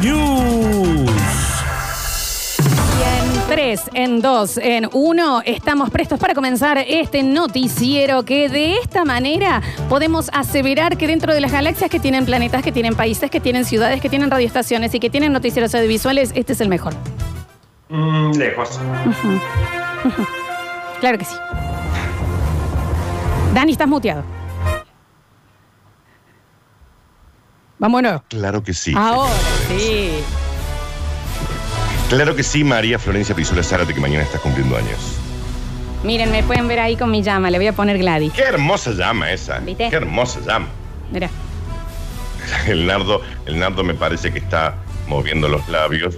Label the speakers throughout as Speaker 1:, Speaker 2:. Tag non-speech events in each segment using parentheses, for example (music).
Speaker 1: News.
Speaker 2: Y en 3, en 2, en 1, estamos prestos para comenzar este noticiero que de esta manera podemos aseverar que dentro de las galaxias que tienen planetas, que tienen países, que tienen ciudades, que tienen radioestaciones y que tienen noticieros audiovisuales, este es el mejor.
Speaker 3: Mm, lejos.
Speaker 2: Claro que sí. Dani, estás muteado. Vámonos.
Speaker 4: Claro que sí.
Speaker 2: Ahora sí.
Speaker 4: Claro que sí, María Florencia Pisola Zárate, que mañana estás cumpliendo años.
Speaker 2: Miren, me pueden ver ahí con mi llama. Le voy a poner Gladys.
Speaker 4: Qué hermosa llama esa.
Speaker 2: ¿Viste?
Speaker 4: Qué hermosa llama. (laughs)
Speaker 2: Mira.
Speaker 4: El nardo, el nardo me parece que está moviendo los labios,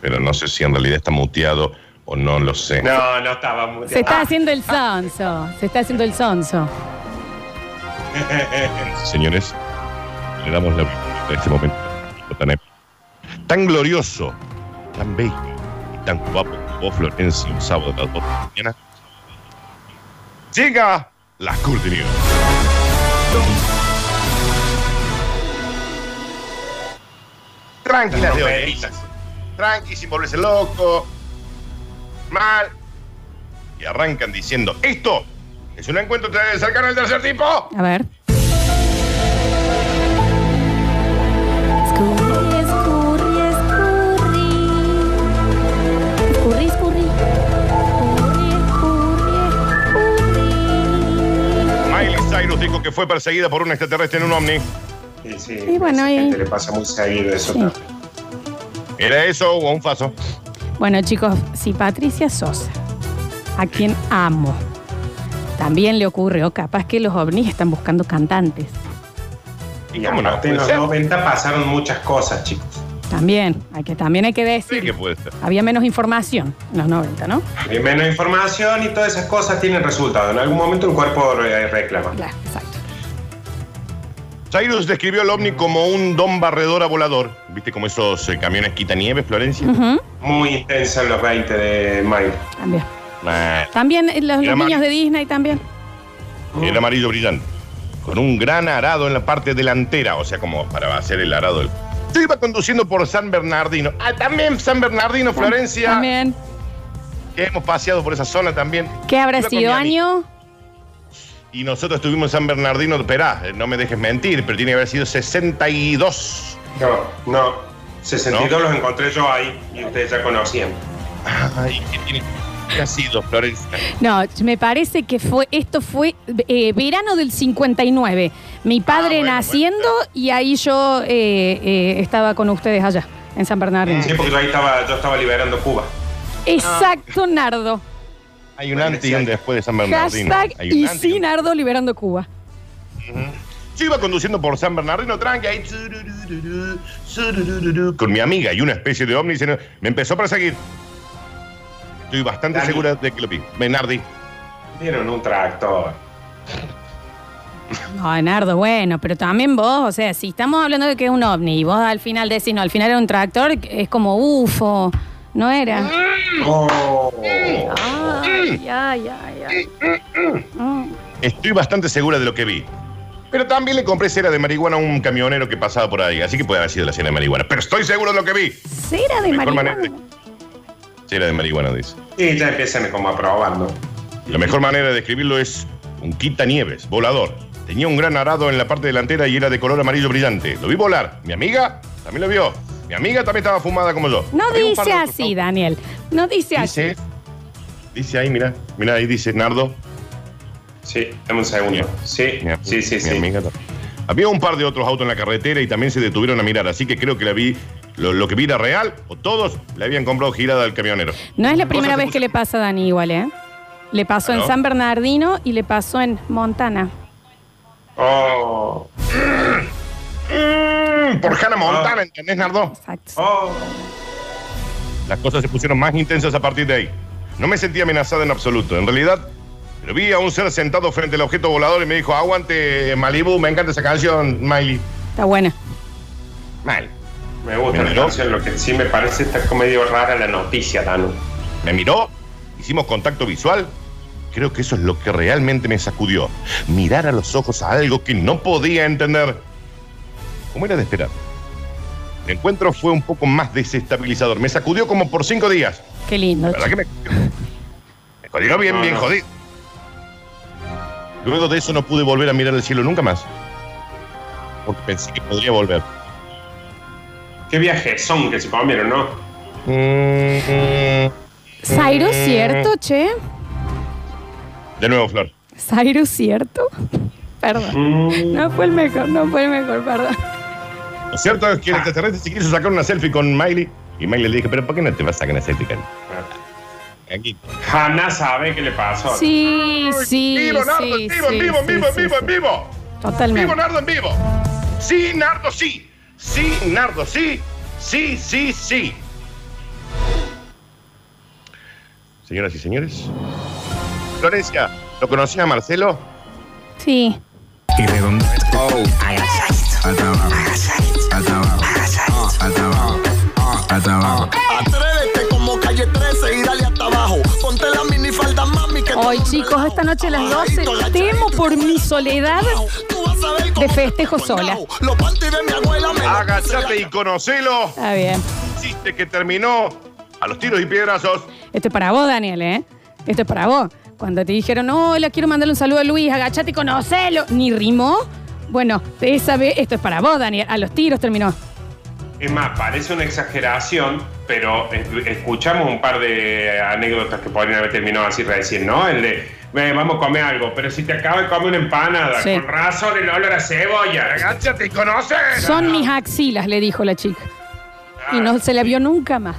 Speaker 4: pero no sé si en realidad está muteado o no lo sé.
Speaker 3: No, no estaba muy Ah,
Speaker 2: Se está haciendo el sonso. Se está haciendo el sonso.
Speaker 4: Señores, le damos la bienvenida a este momento tan, tan glorioso, tan bello y tan guapo como vos, Florencia, un sábado a las dos de la mañana. Llega la Curti News. Tranquilas de orejitas. Tranqui, sin volverse loco. Mal. Y arrancan diciendo, esto es un encuentro tra- cercano al tercer tipo.
Speaker 2: A ver.
Speaker 5: Escurri, escurri, escurri. Escurri, escurri. Escurri, escurri, escurri.
Speaker 4: Miley Cyrus dijo que fue perseguida por un extraterrestre en un ovni.
Speaker 3: Sí, sí.
Speaker 2: Y bueno,
Speaker 3: a esa
Speaker 2: y-
Speaker 3: gente le pasa muy seguido eso
Speaker 2: Sí.
Speaker 3: también.
Speaker 4: ¿Era eso o un faso?
Speaker 2: Bueno, chicos, si Patricia Sosa, a quien amo, también le ocurrió, capaz que los ovnis están buscando cantantes.
Speaker 3: Y
Speaker 4: ¿Cómo no? Pues
Speaker 3: aparte en los
Speaker 4: Puede ser.
Speaker 3: 90 pasaron muchas cosas, chicos.
Speaker 2: También, hay que, también hay que
Speaker 4: Sí
Speaker 2: decir.
Speaker 4: que puede ser.
Speaker 2: Había menos información en los 90, ¿no?
Speaker 3: Hay menos información y todas esas cosas tienen resultado. En algún momento el cuerpo eh, reclama.
Speaker 2: Claro, exacto.
Speaker 4: Cyrus describió al ovni como un don barredora volador. ¿Viste como esos eh, camiones quitanieves, Florencia?
Speaker 2: Ujú,
Speaker 3: Muy intensa en los 20 de mayo.
Speaker 2: También.
Speaker 4: Mal.
Speaker 2: También eh, los, los
Speaker 4: Mira,
Speaker 2: niños
Speaker 4: Mari.
Speaker 2: de Disney también.
Speaker 4: Era amarillo brillante. Con un gran arado en la parte delantera, o sea, como para hacer el arado. del- Se iba conduciendo por San Bernardino. Ah, también San Bernardino, Florencia.
Speaker 2: También.
Speaker 4: Que hemos paseado por esa zona también.
Speaker 2: ¿Qué habrá
Speaker 4: Iba con
Speaker 2: sido
Speaker 4: mi amigo.
Speaker 2: año?
Speaker 4: Y nosotros estuvimos en San Bernardino, esperá, eh, no me dejes mentir, pero tiene que haber sido 62.
Speaker 3: No, no. 62
Speaker 4: ¿No?
Speaker 3: los encontré yo ahí y ustedes ya conocían.
Speaker 4: Ay, ¿qué tiene? ¿Qué ha sido, Florencia?
Speaker 2: No, me parece que fue esto fue eh, verano del 59. Mi padre
Speaker 4: Ah, bueno,
Speaker 2: naciendo
Speaker 4: bueno.
Speaker 2: y ahí yo eh, eh, estaba con ustedes allá, en San
Speaker 4: Mm.
Speaker 2: Bernardino.
Speaker 3: Sí, porque yo ahí estaba, yo estaba liberando Cuba.
Speaker 2: Exacto, Nardo.
Speaker 4: Hay un antes y un después de San Bernardino.
Speaker 2: Hashtag
Speaker 4: Hay un
Speaker 2: y
Speaker 4: antes y un-
Speaker 2: sí, Nardo liberando Cuba.
Speaker 4: Yo iba conduciendo por San Bernardino, tranqui, ahí, tsururururu, sururururu, con mi amiga y una especie de ovni, se nos- me empezó a perseguir. Estoy bastante
Speaker 3: Dani.
Speaker 4: segura de que lo vi. Bernardi.
Speaker 3: Vieron un tractor.
Speaker 2: No, Nardo, bueno, pero también vos, o sea, si estamos hablando de que es un ovni y vos al final decís, no, al final era un tractor, es como ufo, no era.
Speaker 4: Mm.
Speaker 3: Oh.
Speaker 2: Ay, ay, ay, ay. Mm.
Speaker 4: Estoy bastante segura de lo que vi. Pero también le compré cera de marihuana a un camionero que pasaba por ahí, así que puede haber sido la cera de marihuana. Pero estoy seguro de lo que vi.
Speaker 2: Cera de
Speaker 4: Mejor manera
Speaker 2: marihuana.
Speaker 4: de- Cera de marihuana, dice.
Speaker 3: Y ya empiezan como a probar, ¿no?
Speaker 4: La mejor manera de describirlo es un quitanieves, volador. Tenía un gran arado en la parte delantera y era de color amarillo brillante. Lo vi volar. Mi amiga también lo vio. Mi amiga también estaba fumada como yo.
Speaker 2: No
Speaker 4: Había un par
Speaker 2: dice
Speaker 4: de otros,
Speaker 2: así, Daniel. No dice
Speaker 4: ¿no?
Speaker 2: así.
Speaker 4: Dice, dice ahí, mira, mira ahí dice Nardo.
Speaker 3: Sí, dame un segundo. Sí,
Speaker 4: Mi am-
Speaker 3: sí, sí,
Speaker 4: mi
Speaker 3: sí.
Speaker 4: amiga también. Había un par de otros autos en la carretera y también se detuvieron a mirar, así que creo que la vi, lo, lo que vi era real o todos le habían comprado girada al camionero.
Speaker 2: No es la primera
Speaker 4: Cosa que
Speaker 2: vez que le pasa a Dani igual, ¿eh? Le pasó en
Speaker 4: ¿No?
Speaker 2: San Bernardino y le pasó en Montana.
Speaker 3: Oh.
Speaker 4: Mm, Por Hannah Montana, ¿entendés, Nardo?
Speaker 2: Exacto.
Speaker 3: Oh.
Speaker 4: Las cosas se pusieron más intensas a partir de ahí. No me sentí amenazada en absoluto. En realidad, pero vi a un ser sentado frente al objeto volador y me dijo, aguante Malibu, me encanta esa canción, Miley.
Speaker 2: Está buena.
Speaker 4: Mal.
Speaker 3: Me gusta
Speaker 4: Mira,
Speaker 3: entonces lo que sí me parece está como medio rara la noticia, Danu.
Speaker 4: Me miró, hicimos contacto visual. Creo que eso es lo que realmente me sacudió. Mirar a los ojos a algo que no podía entender. Como era de esperar. El encuentro fue un poco más desestabilizador. Me sacudió como por cinco días.
Speaker 2: Qué lindo.
Speaker 4: La verdad que (laughs) me. Me jodió bien,
Speaker 3: No,
Speaker 4: bien
Speaker 3: no.
Speaker 4: jodido. Luego de eso no pude volver a mirar el cielo nunca más. Porque pensé que podría volver.
Speaker 3: Qué viajes son que se comieron, ¿no?
Speaker 4: Mm, mm.
Speaker 2: Cyrus, ¿cierto, che?
Speaker 4: De nuevo, Flor.
Speaker 2: Cyrus, ¿cierto? Perdón.
Speaker 3: Mm,
Speaker 2: No fue el mejor, no fue el mejor, perdón.
Speaker 4: Lo cierto es que el extraterrestre se quiso sacar una selfie con Miley. Y Miley le dije, pero ¿por qué no te vas a sacar una selfie con aquí?
Speaker 3: Jamás sabe qué le pasó.
Speaker 2: Sí, sí,
Speaker 4: ¡Vivo, Nardo!
Speaker 2: sí,
Speaker 4: ¡En vivo, en
Speaker 2: sí,
Speaker 4: vivo, en
Speaker 2: sí,
Speaker 4: vivo, en
Speaker 2: sí,
Speaker 4: vivo,
Speaker 2: sí.
Speaker 4: en vivo! ¡Vivo,
Speaker 2: Totalmente.
Speaker 4: Nardo, en vivo! ¡Sí, Nardo, sí! ¡Sí, Nardo, sí! ¡Sí, sí, sí! Señoras y señores, Florencia, ¿lo conocía Marcelo?
Speaker 2: Sí.
Speaker 6: y redondo.
Speaker 7: Atrévete como calle 13 y dale hasta abajo. Ponte la minifalda, mami, que
Speaker 2: Hoy, chicos, esta noche a las 12 temo por mi soledad.
Speaker 7: Tú vas a ver cómo
Speaker 2: De festejo
Speaker 7: te pongo.
Speaker 2: sola.
Speaker 7: Los panties de mi abuela me los
Speaker 4: Agachate y conocelo.
Speaker 2: Está bien.
Speaker 4: Hiciste que terminó a los tiros y piedrazos.
Speaker 2: Esto es para vos, Daniel, ¿eh? Esto es para vos. Cuando te dijeron, hola, quiero mandarle un saludo a Luis, agachate y conocelo. Ni rimó. Bueno, de esa vez, esto es para vos, Daniel. A los tiros terminó.
Speaker 3: Es más, parece una exageración, pero es- escuchamos un par de anécdotas que podrían haber terminado así recién, ¿no? El de, "Ve, vamos a comer algo, pero si te acabas de comer una empanada,
Speaker 2: Sí.
Speaker 3: con razón el olor a cebolla, agáchate y conoce.
Speaker 2: Son mis axilas, le dijo la chica. Y no se la vio nunca más.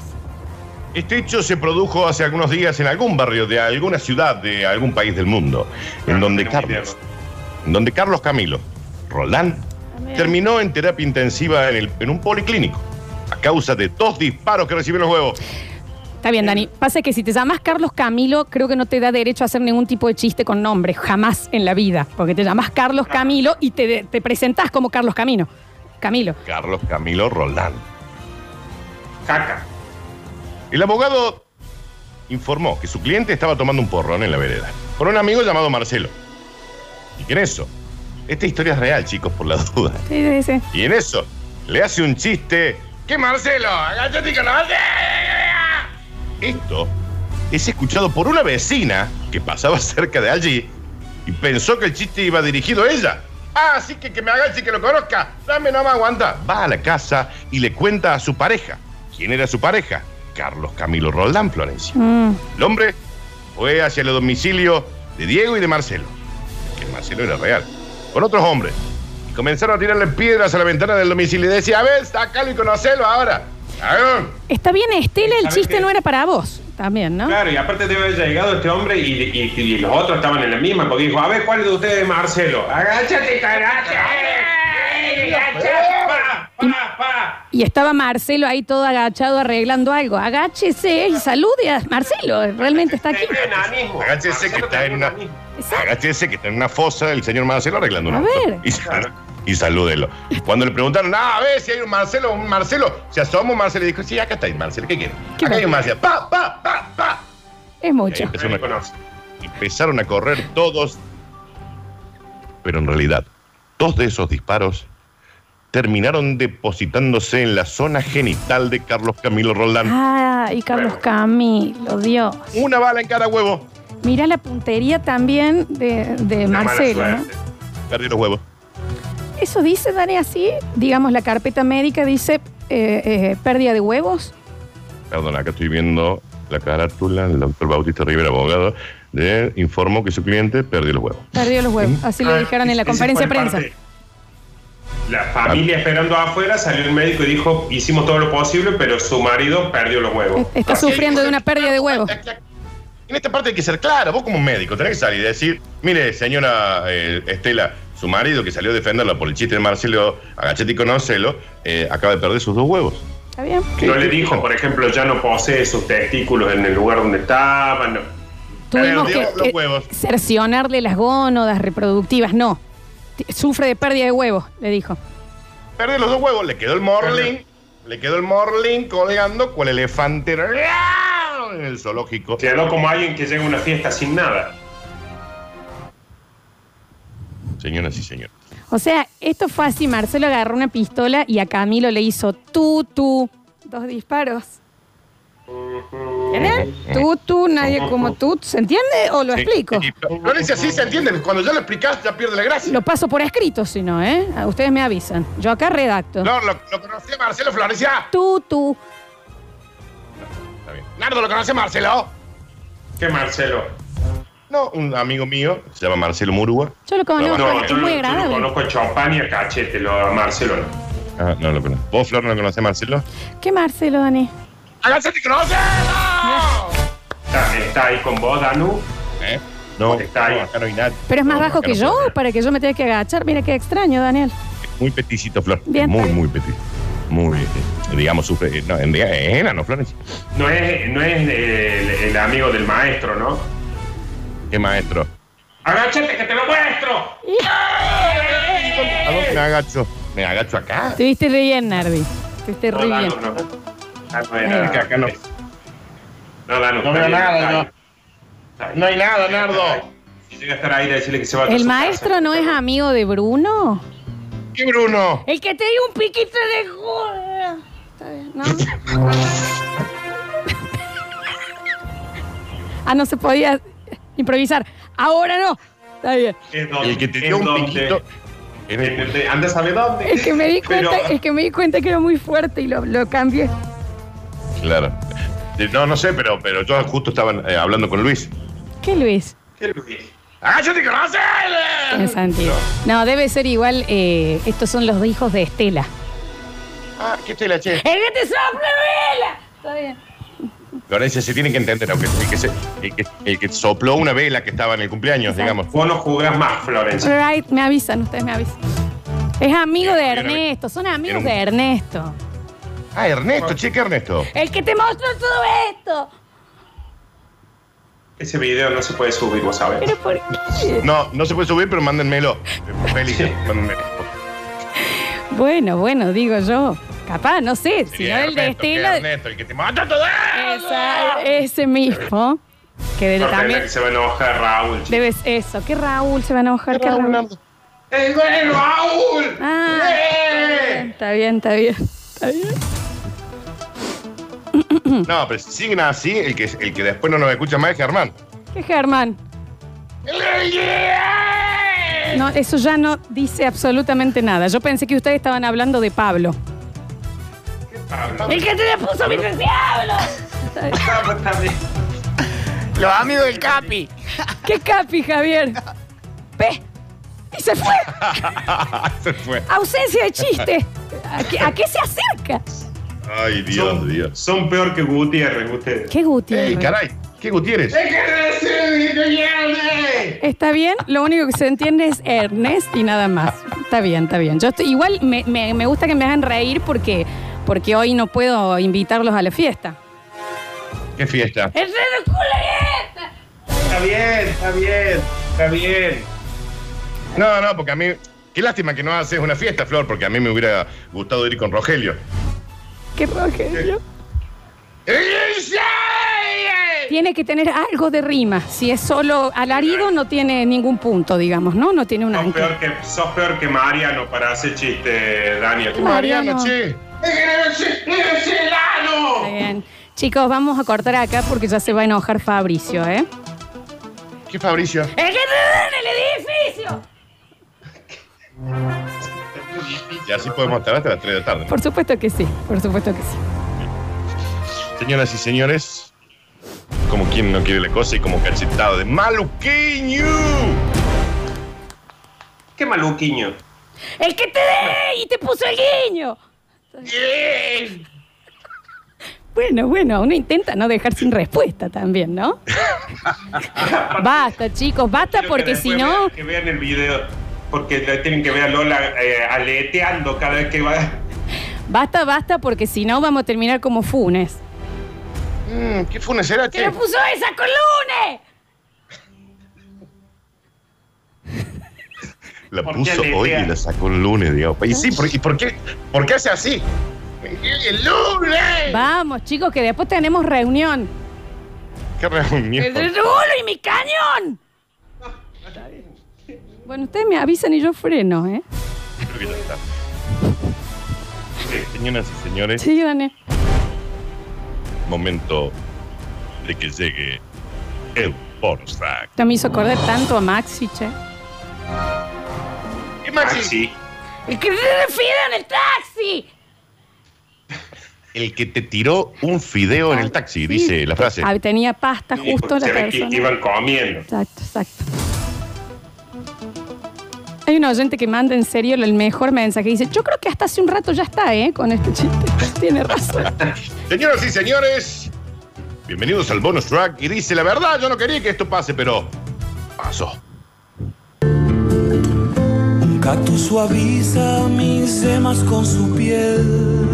Speaker 4: Este hecho se produjo hace algunos días en algún barrio de alguna ciudad de algún país del mundo, en donde Carlos, en donde Carlos Camilo Roldán terminó en terapia intensiva en, el- en un policlínico a causa de dos disparos que recibió en los huevos.
Speaker 2: Está bien, Dani. Pasa que si te llamas Carlos Camilo, creo que no te da derecho a hacer ningún tipo de chiste con nombre, jamás en la vida. Porque te llamas Carlos Camilo y te, te presentás como Carlos Camino. Camilo.
Speaker 4: Carlos Camilo Roldán.
Speaker 3: Caca.
Speaker 4: El abogado informó que su cliente estaba tomando un porrón en la vereda con un amigo llamado Marcelo. Y que en eso, esta historia es real, chicos, por la (laughs) duda.
Speaker 2: Sí, sí, sí.
Speaker 4: Y en eso le hace un chiste. ¡Que Marcelo! ¡Agachate y conoce! Esto es escuchado por una vecina que pasaba (laughs) cerca de allí y pensó que el chiste iba dirigido a ella. Ah, así que que me agache y que lo conozca. Dame, no me aguanta. Va a la casa y le cuenta a su pareja. ¿Quién era su pareja? Carlos Camilo Roldán Florencia.
Speaker 2: Mm.
Speaker 4: El hombre fue hacia el domicilio de Diego y de Marcelo, que Marcelo era real, con otros hombres. Y comenzaron a tirarle piedras a la ventana del domicilio y decía, a ver, sacalo y conocelo ahora. Cagón.
Speaker 2: Está bien, Estela, el
Speaker 3: ¿Sabes
Speaker 2: chiste
Speaker 3: qué?
Speaker 2: no era para vos. También, ¿no?
Speaker 3: Claro, y aparte debe haber llegado este hombre y, y- y los otros estaban en la misma, porque dijo, a ver, ¿cuál de ustedes es Marcelo? Agáchate, carajo. ¡Ey! ¡Agachate! Pa, pa, pa.
Speaker 2: Y estaba Marcelo ahí todo agachado arreglando algo. Agáchese y salude a Marcelo. Realmente está aquí.
Speaker 3: Tenía enanismo.
Speaker 4: Agáchese que
Speaker 3: Marcelo
Speaker 4: está en
Speaker 3: tenía
Speaker 4: una.
Speaker 3: enanismo.
Speaker 2: Exacto.
Speaker 4: Agáchese que está en una fosa el señor Marcelo arreglando una
Speaker 2: A
Speaker 4: foto.
Speaker 2: ver.
Speaker 4: Y, sal- y salúdelo. Cuando le preguntaron, ah, a ver si hay un Marcelo, un Marcelo, se asomó Marcelo y dijo, sí, acá está el Marcelo, ¿qué quiere?
Speaker 2: Qué
Speaker 4: acá hay un
Speaker 2: bueno.
Speaker 4: Marcelo. Pa, pa, pa, pa.
Speaker 2: Es mucho.
Speaker 4: Es una- Empezaron a correr todos, pero en realidad dos de esos disparos terminaron depositándose en la zona genital de Carlos Camilo
Speaker 3: Eh,
Speaker 4: Roldán.
Speaker 2: Ah, y Carlos Camilo, Dios.
Speaker 4: Una bala en cada huevo.
Speaker 2: Mirá la puntería también de, de
Speaker 3: Una mala
Speaker 2: Marcelo, ¿no?
Speaker 3: suerte.
Speaker 4: Perdí los huevos.
Speaker 2: Eso dice, Dani, así. Digamos, la carpeta médica dice eh, eh, pérdida de huevos.
Speaker 4: Perdón, acá estoy viendo la carátula. El doctor Bautista Rivera, abogado, de- informó que su cliente perdió los huevos.
Speaker 2: Perdió los huevos. Así lo
Speaker 3: Ah,
Speaker 2: dijeron en la
Speaker 3: ese fue
Speaker 2: conferencia de
Speaker 3: el
Speaker 2: prensa.
Speaker 3: parte. La familia esperando afuera, salió el médico y dijo, hicimos todo lo posible, pero su marido perdió los huevos.
Speaker 2: Es- Está sufriendo de una pérdida de huevos.
Speaker 4: En esta parte hay que ser claro. Vos como médico tenés que salir y decir, mire, señora eh, Estela, su marido que salió a defenderla por el chiste de Marcelo, agachete y conocelo, eh, acaba de perder sus dos huevos.
Speaker 2: ¿Está bien?
Speaker 3: No le dijo, por ejemplo, ya no posee sus testículos en el lugar donde estaba. no.
Speaker 2: Tuvimos
Speaker 4: Perdió
Speaker 2: que,
Speaker 4: los
Speaker 2: que
Speaker 4: huevos.
Speaker 2: cercionarle las gónodas reproductivas. No. T- Sufre de pérdida de huevos, le dijo.
Speaker 4: perder los dos huevos. Le quedó el morlín, le quedó el morlín colgando con el elefante en el zoológico.
Speaker 3: Quedó como alguien que llega a una fiesta sin nada.
Speaker 4: Señoras y señores.
Speaker 2: O sea, esto fue así. Marcelo agarró una pistola y a Camilo le hizo tu, tu. Dos disparos. ¿Entiendes? Tú, tú, nadie como tú. ¿Se entiende o lo explico?
Speaker 4: Y- y- No es así, ¿se entienden? Cuando ya lo explicás, ya pierde la gracia.
Speaker 2: Lo paso por escrito, si no, ¿eh? Ah, Ustedes me avisan. Yo acá redacto.
Speaker 4: No, lo, lo conocía Marcelo Florencia.
Speaker 2: Tú, tú.
Speaker 4: Está bien. Nardo, ¿lo conoce Marcelo?
Speaker 3: ¿Qué Marcelo?
Speaker 4: No, un amigo mío, se llama Marcelo Murúa.
Speaker 2: Yo lo conozco,
Speaker 4: No,
Speaker 2: es
Speaker 3: yo
Speaker 2: muy
Speaker 3: lo- yo lo
Speaker 2: agradable.
Speaker 3: conozco a Chopin y a Cachete, lo a Marcelo. no.
Speaker 4: Ah, no lo conozco. ¿Vos, Flor, no lo conocés, Marcelo?
Speaker 2: ¿Qué Marcelo, Dani?
Speaker 4: ¡Háganse te conoce!
Speaker 3: Está, está ahí con vos, Danu.
Speaker 4: ¿Eh? No,
Speaker 3: Está ahí.
Speaker 4: no, acá no hay nadie.
Speaker 2: Pero es más
Speaker 4: No,
Speaker 2: bajo
Speaker 4: acá
Speaker 2: que
Speaker 4: no
Speaker 2: yo,
Speaker 4: puedo hablar.
Speaker 2: para que yo me tenga que agachar. Mira qué extraño, Daniel.
Speaker 4: Muy peticito, Flor.
Speaker 2: Bien,
Speaker 4: muy,
Speaker 2: está bien.
Speaker 4: muy petit. Muy, eh, digamos, sufre. eh, No, en realidad es enano, Florencia.
Speaker 3: No es, no es el, el amigo del maestro, ¿no?
Speaker 4: Qué maestro.
Speaker 3: ¡Agáchate que te lo muestro!
Speaker 4: ¿A dónde me agacho? ¿Me agacho acá?
Speaker 2: Te viste re bien, Nardi. Te viste re
Speaker 3: No,
Speaker 2: bien.
Speaker 3: Danu, no. Ah, no,
Speaker 4: Acá,
Speaker 3: era-
Speaker 4: acá no.
Speaker 3: No, Danu.
Speaker 4: No
Speaker 3: está
Speaker 4: veo
Speaker 3: bien,
Speaker 4: nada, no.
Speaker 3: está bien. Está bien.
Speaker 4: No hay nada,
Speaker 3: Si llega a estar
Speaker 4: Nardo.
Speaker 3: ahí- Si llega a estar ahí, decirle que se va a
Speaker 2: ¿El maestro no es amigo de Bruno?
Speaker 4: ¿Y Bruno?
Speaker 2: El que te dio un piquito de joda. Está bien, ¿no? (laughs) ah, no se podía improvisar. Ahora no. Está bien.
Speaker 4: Y el que te dio un piquito. en el-
Speaker 3: Anda a saber dónde.
Speaker 2: Es que me di cuenta,
Speaker 3: Pero-
Speaker 2: es que me di cuenta que era muy fuerte y lo, lo cambié.
Speaker 4: Claro. Eh, No, no sé, pero, pero yo justo estaba eh, hablando con Luis.
Speaker 2: ¿Qué Luis?
Speaker 3: ¿Qué Luis?
Speaker 4: ¡Agáchate, conoce! Ah,
Speaker 2: En sentido. No, debe ser igual. eh, estos son los hijos de Estela.
Speaker 4: Ah, ¿qué te la che?
Speaker 2: ¡El que te sopla, vela! Está bien.
Speaker 4: Florencia, se tienen que entender, aunque el que, se- el que- el que sopló una vela que estaba en el cumpleaños, digamos.
Speaker 3: Vos no jugás más, Florencia.
Speaker 2: Right, me avisan, ustedes me avisan. Es amigo de
Speaker 4: Era un-
Speaker 2: Ernesto, son
Speaker 4: era
Speaker 2: amigos
Speaker 4: un-
Speaker 2: de Ernesto.
Speaker 4: Ah, Ernesto, che, ¿qué Ernesto?
Speaker 2: El que te mostró todo esto.
Speaker 3: Ese video no se puede subir, vos sabés.
Speaker 2: Pero por qué?
Speaker 4: No, no se puede subir, pero mándenmelo. Eh, Félix, mándenmelo.
Speaker 2: Bueno, bueno, digo yo. Capaz, no sé, si no
Speaker 4: Sería
Speaker 2: el de
Speaker 4: Ernesto, que
Speaker 2: Estela,
Speaker 4: Ernesto, el que te mató todo.
Speaker 2: esa- ese mismo. Que de-
Speaker 3: Cortela,
Speaker 2: también
Speaker 3: que se va a enojar Raúl. chico.
Speaker 2: debes eso. Que Raúl se va a enojar. que Raúl.
Speaker 3: ¡Es bueno, Raúl!
Speaker 2: Ah,
Speaker 3: ¡Eh!
Speaker 2: está bien, está bien. Está bien.
Speaker 4: No, pero si siguen así, el que, el que después no nos escucha más es Germán. (laughs)
Speaker 2: ¿Qué Germán? No, eso ya no dice absolutamente nada. Yo pensé que ustedes estaban hablando de Pablo.
Speaker 3: Pablo.
Speaker 2: El que te le puso mi diablo.
Speaker 3: Pablo
Speaker 2: pues,
Speaker 3: también.
Speaker 6: Los amigos del Capi.
Speaker 2: ¿Qué capi, Javier? Ve. Y se fue.
Speaker 4: se fue.
Speaker 2: Ausencia de chiste. ¿A qué, a qué se acerca?
Speaker 4: Ay, (laughs) Dios,
Speaker 3: Son,
Speaker 4: Dios.
Speaker 3: son peor que Gutiérrez, ustedes.
Speaker 2: Qué
Speaker 4: Ey,
Speaker 2: Gutiérrez.
Speaker 4: caray, ¿qué Gutiérrez?
Speaker 2: Está bien, lo único que se entiende es Ernest y nada más. Está bien, está bien. Yo estoy, igual me, me- me gusta que me hagan reír porque, porque hoy no puedo invitarlos a la fiesta.
Speaker 4: ¿Qué fiesta?
Speaker 2: ¡El
Speaker 3: Está bien, está bien, está bien.
Speaker 4: No, no, porque a mí. Qué lástima que no haces una fiesta, Flor, porque a mí me hubiera gustado ir con Rogelio.
Speaker 2: ¡Qué Rogelio! Tiene que tener algo de rima. Si es solo alarido, no tiene ningún punto, digamos, ¿no? No tiene un
Speaker 3: Sos
Speaker 2: ancla.
Speaker 3: peor, que, sos peor que Mariano para hacer chiste, Daniel.
Speaker 2: Mariano.
Speaker 4: Mariano, che.
Speaker 2: Está bien. Chicos, vamos a cortar acá porque ya se va a enojar Fabricio, ¿eh?
Speaker 4: ¿Qué Fabricio?
Speaker 2: ¡Es que te el edificio!
Speaker 4: Y así podemos estar hasta las 3 de la tarde.
Speaker 2: Por supuesto que sí, por supuesto que sí.
Speaker 4: Señoras y señores, como quien no quiere la cosa y como cachetado de maluqueño.
Speaker 3: Qué maluquiño.
Speaker 2: ¡El que te dé y te puso el guiño! Eh, Bueno, bueno, uno intenta no dejar sin respuesta también,
Speaker 3: (laughs)
Speaker 2: ¿no? basta, chicos, basta
Speaker 3: Quiero que
Speaker 2: porque si
Speaker 3: después
Speaker 2: no.
Speaker 3: vean- Que vean el video. Porque le tienen que ver a Lola eh, aleteando cada vez que va.
Speaker 2: Ah, Basta, basta, porque si no vamos a terminar como Funes.
Speaker 4: Mm, ¿Qué fue una cera, che?
Speaker 2: puso esa con lunes!
Speaker 4: La
Speaker 3: ¿Por
Speaker 4: puso
Speaker 3: qué le
Speaker 4: hoy
Speaker 3: pega?
Speaker 4: y la sacó el lunes, digamos. Y sí, ¿por, y por qué, por qué hace así? ¡El lunes!
Speaker 2: Vamos, chicos, que después tenemos reunión.
Speaker 4: ¡Qué reunión!
Speaker 2: ¡El rulo y mi cañón! Bueno, ustedes me avisan y yo freno, ¿eh?
Speaker 4: Creo que ya está. Eh, Señoras y señores,
Speaker 2: Sí, Dani.
Speaker 4: momento de que llegue el Borsac.
Speaker 2: Esto me hizo acordar tanto a Maxi, che.
Speaker 4: ¿Qué
Speaker 3: Maxi.
Speaker 2: ¡El que se refiere en el taxi!
Speaker 4: El que te tiró un fideo en el taxi, dice la frase.
Speaker 2: Ah, tenía pasta
Speaker 3: Sí,
Speaker 2: justo la
Speaker 3: se ve
Speaker 2: persona.
Speaker 3: que iban comiendo.
Speaker 2: Exacto, exacto. Hay un oyente que manda en serio el mejor mensaje. Dice, yo creo que hasta hace un rato ya está, ¿eh? Con este chiste. (laughs) Tiene razón.
Speaker 4: Señoras y señores, bienvenidos al bonus track. Y dice, la verdad, yo no quería que esto pase, pero pasó.
Speaker 8: Un gato suaviza mis semas con su piel.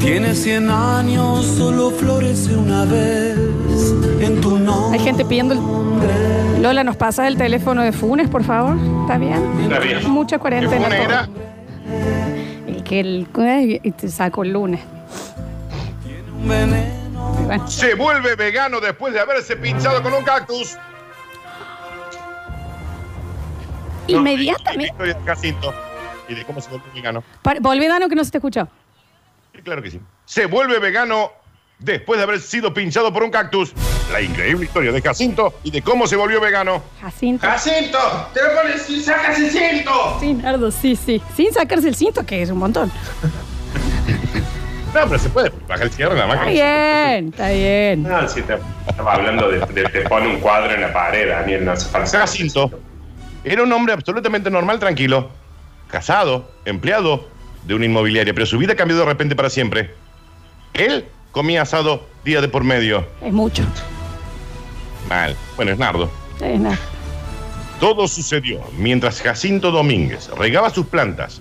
Speaker 8: Tiene 100 años, solo florece una vez en tu nombre.
Speaker 2: Hay gente pidiendo... el- Lola, ¿nos pasas el teléfono de Funes, por favor? ¿Está bien?
Speaker 3: Está bien.
Speaker 2: Mucha
Speaker 4: ¿Qué
Speaker 2: cuarentena.
Speaker 4: fue,
Speaker 2: todo.
Speaker 4: negra?
Speaker 2: El que el, ay, y te saco el lunes.
Speaker 8: Un veneno.
Speaker 2: Y bueno,
Speaker 4: Se vuelve vegano después de haberse pinchado con un cactus.
Speaker 2: Inmediatamente.
Speaker 4: Victoria Jacinto. Y de cómo se vuelve vegano.
Speaker 2: Para- Volvé, Dano, que no se te escuchó.
Speaker 4: Sí, Claro que sí. Se vuelve vegano después de haber sido pinchado por un cactus. La increíble historia de Jacinto y de cómo se volvió vegano.
Speaker 2: Jacinto.
Speaker 3: ¡Jacinto! ¡Te lo pones y sacas el cinto!
Speaker 2: Sí, Nardo, sí, sí. Sin sacarse el cinto, que es un montón.
Speaker 4: No, pero se puede bajar el cierre nada más.
Speaker 2: Está
Speaker 4: que-
Speaker 2: bien, está bien.
Speaker 3: No, Ah, sí, te- estaba hablando de, de te pone un cuadro en la pared, Daniel, no hace falta.
Speaker 4: Jacinto era un hombre absolutamente normal, tranquilo, casado, empleado de una inmobiliaria, pero su vida cambió de repente para siempre. Él comía asado día de por medio.
Speaker 2: Es mucho.
Speaker 4: Mal. Bueno, es nardo.
Speaker 2: Es nada.
Speaker 4: Todo sucedió mientras Jacinto Domínguez regaba sus plantas.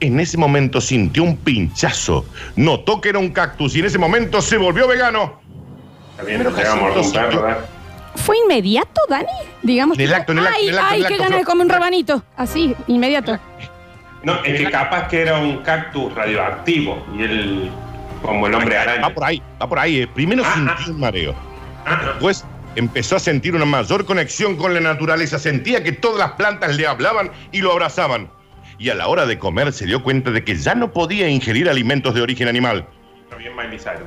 Speaker 4: En ese momento sintió un pinchazo, notó que era un cactus y en ese momento se volvió vegano.
Speaker 3: Está bien,
Speaker 4: Pero
Speaker 3: te llega a morder un
Speaker 4: Jacinto,
Speaker 3: perro, ¿eh?
Speaker 4: sí.
Speaker 3: ¿verdad?
Speaker 2: ¿Fue inmediato, Dani? Digamos.
Speaker 4: En el
Speaker 2: que-
Speaker 4: acto, en el acto,
Speaker 2: ay,
Speaker 4: en el acto,
Speaker 2: ay,
Speaker 4: en el
Speaker 2: qué
Speaker 4: acto,
Speaker 2: ganas de
Speaker 4: Flor.
Speaker 2: comer un rabanito. Así, inmediato.
Speaker 3: No, es que capaz que era un cactus radioactivo y él, como el hombre
Speaker 4: Va
Speaker 3: araña.
Speaker 4: Ah, por ahí, va por ahí. eh. Primero
Speaker 3: Ah,
Speaker 4: sintió un mareo. Después empezó a sentir una mayor conexión con la naturaleza. Sentía que todas las plantas le hablaban y lo abrazaban. Y a la hora de comer se dio cuenta de que ya no podía ingerir alimentos de origen animal.
Speaker 3: Está bien, Miley Cyrus.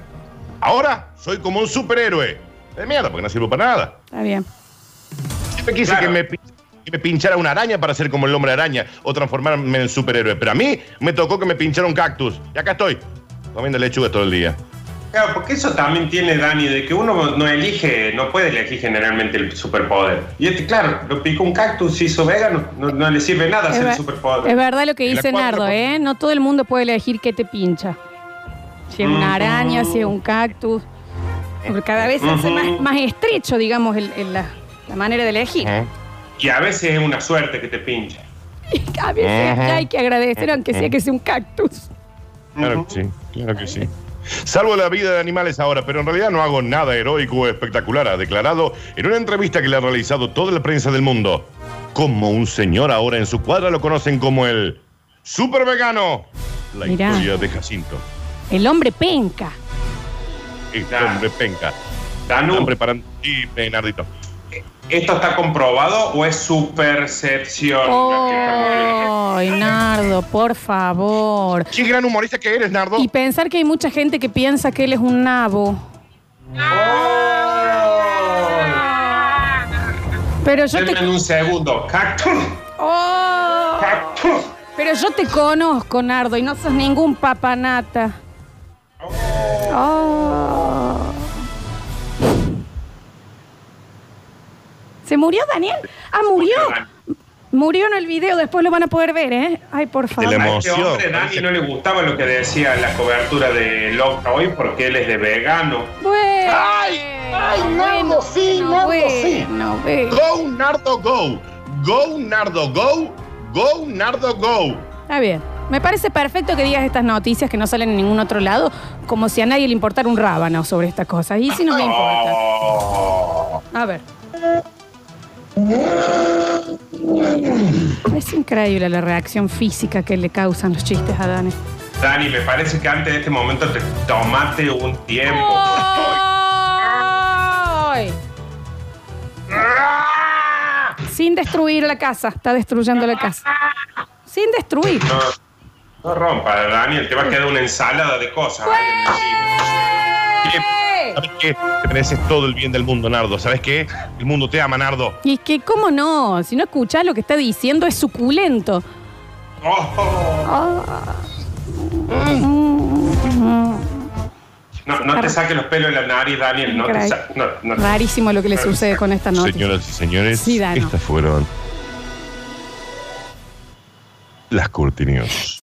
Speaker 4: Ahora soy como un superhéroe. De mierda, porque no sirvo para nada.
Speaker 2: Está bien.
Speaker 4: Siempre quise
Speaker 3: Claro.
Speaker 4: que, me, pin- que me pinchara una araña para ser como el hombre araña o transformarme en superhéroe. Pero a mí me tocó que me pinchara un cactus. Y acá estoy, comiendo lechuga todo el día.
Speaker 3: Claro, porque eso también tiene Dani, de que uno no elige, no puede elegir generalmente el superpoder. Y este, claro, lo picó un cactus, se hizo vegano, no, no le sirve nada
Speaker 2: Es,
Speaker 3: hacer el
Speaker 2: ver- es
Speaker 3: superpoder.
Speaker 2: verdad lo que
Speaker 4: En la
Speaker 2: dice
Speaker 4: cuadra,
Speaker 2: Nardo,
Speaker 4: por-
Speaker 2: ¿eh? No todo el mundo puede elegir qué te pincha. Si es una araña, si es un cactus. Porque cada vez se hace
Speaker 3: Ujú.
Speaker 2: más, más estrecho, digamos, el- el- la, la manera de elegir.
Speaker 4: Ujú.
Speaker 3: Y a veces es una suerte que te pincha.
Speaker 2: (laughs) Y a veces
Speaker 4: Ujú.
Speaker 2: hay que agradecer, aunque sea que sea un cactus.
Speaker 4: Claro que sí, claro que sí. Salvo la vida de animales ahora, pero en realidad no hago nada heroico o espectacular, ha declarado en una entrevista que le ha realizado toda la prensa del mundo. Como un señor ahora en su cuadra lo conocen como el super vegano. La
Speaker 2: Mirá.
Speaker 4: historia de Jacinto.
Speaker 2: El hombre penca.
Speaker 4: Este
Speaker 3: Claro.
Speaker 4: hombre penca. Están
Speaker 3: Danu,
Speaker 4: preparando. Sí, Bernardito.
Speaker 3: ¿esto está comprobado o es su percepción?
Speaker 2: Oh. ¡Ay, Nardo, por favor!
Speaker 4: Qué gran humorista que eres, Nardo.
Speaker 2: Y pensar que hay mucha gente que piensa que él es un nabo.
Speaker 4: Oh.
Speaker 2: Pero yo
Speaker 3: Denme en
Speaker 2: te.
Speaker 3: un segundo. Cactus,
Speaker 2: ¡Oh!
Speaker 3: cactus.
Speaker 2: Pero yo te conozco, Nardo, y no sos ningún papanata. Oh. ¿Se murió Daniel? Ah, murió. Murió en el video, después lo van a poder ver, ¿eh? Ay, por
Speaker 4: Te
Speaker 2: favor.
Speaker 4: la-
Speaker 3: A este
Speaker 4: Emoción,
Speaker 3: hombre, Dani,
Speaker 4: parece.
Speaker 3: no le gustaba lo que decía la cobertura de Loca hoy porque él es de vegano.
Speaker 2: Bueno,
Speaker 4: Ay, ay,
Speaker 2: bueno,
Speaker 4: Nardo, sí,
Speaker 2: bueno,
Speaker 4: Nardo,
Speaker 2: bueno,
Speaker 4: sí.
Speaker 2: bueno.
Speaker 4: Go, Nardo, go. Go, Nardo, go. Go, Nardo, go.
Speaker 2: Está bien. Me parece perfecto que digas estas noticias que no salen en ningún otro lado, como si a nadie le importara un rábano sobre estas cosas. Y si no me importa.
Speaker 3: Oh.
Speaker 2: A ver. Es increíble la reacción física que le causan los chistes a Dani.
Speaker 3: Dani, me parece que antes de este momento te tomate un tiempo.
Speaker 2: ¡Ay! Sin destruir la casa, está destruyendo la casa. Sin destruir.
Speaker 3: No, no rompa, Daniel, te va a quedar una ensalada de cosas. ahí
Speaker 2: ¡Eh!
Speaker 4: ¿Sabes qué? Te mereces todo el bien del mundo, Nardo. ¿Sabes qué? El mundo te ama, Nardo.
Speaker 2: Y es que, ¿cómo no? Si no escuchás lo que está diciendo, es suculento.
Speaker 3: en el living. Oh. No, no te saques los pelos de la nariz, Daniel. No te
Speaker 2: Caray.
Speaker 3: sa- no, no te-
Speaker 2: Rarísimo lo que le sucede con esta noticia.
Speaker 4: Señoras y señores,
Speaker 2: Sí, Dano.
Speaker 4: estas fueron las Curti News.